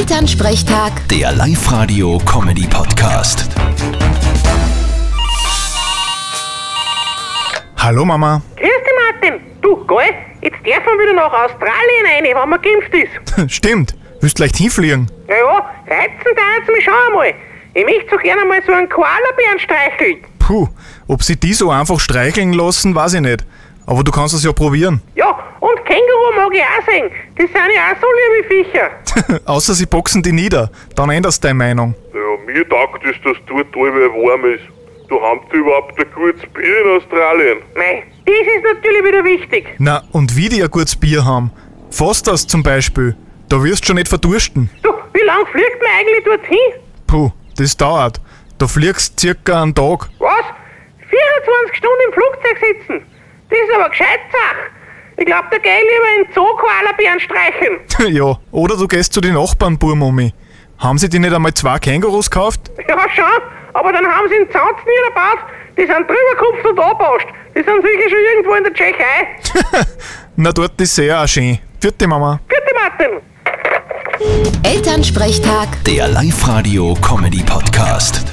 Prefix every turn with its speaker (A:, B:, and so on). A: Elternsprechtag,
B: Der Live-Radio-Comedy-Podcast.
C: Hallo Mama.
D: Grüß dich, Martin. Du, gell, jetzt darf man wieder nach Australien rein, wenn man geimpft ist.
C: Stimmt, willst gleich hinfliegen?
D: Naja, reizen da jetzt mich schon einmal. Ich möchte so gerne mal so einen Koalabären streicheln.
C: Puh, ob sie die so einfach streicheln lassen, weiß ich nicht. Aber du kannst es ja probieren.
D: Ja, und Känguru mag ich auch sehen. Die sind ja auch so liebe Viecher.
C: Außer sie boxen die nieder, dann änderst deine Meinung.
E: Ja, mir taugt es, dass dort allweil warm ist. Da haben die überhaupt ein gutes Bier in Australien.
D: Mei, das ist natürlich wieder wichtig.
C: Na, und wie die ein gutes Bier haben. Fosters zum Beispiel, da wirst schon nicht verdursten.
D: Du, wie lang fliegt man eigentlich dorthin?
C: Puh, das dauert. Da fliegst circa einen Tag.
D: Was? 24 Stunden im Flugzeug sitzen? Das ist aber gescheit Sache. Ich glaub, da geh ich lieber in den Zoo Koalabären streicheln.
C: ja, oder du gehst zu den Nachbarn, Burmumi. Haben sie dir nicht einmal zwei Kängurus gekauft?
D: Ja, schon, aber dann haben sie einen Zaun niedergebaut, die sind drüber gekupft und angebauscht. Die sind sicher schon irgendwo in der Tschechei.
C: Na, dort ist sehr auch schön. Vierte Mama.
D: Vierte Martin!
A: Elternsprechtag.
B: Der Live-Radio-Comedy-Podcast.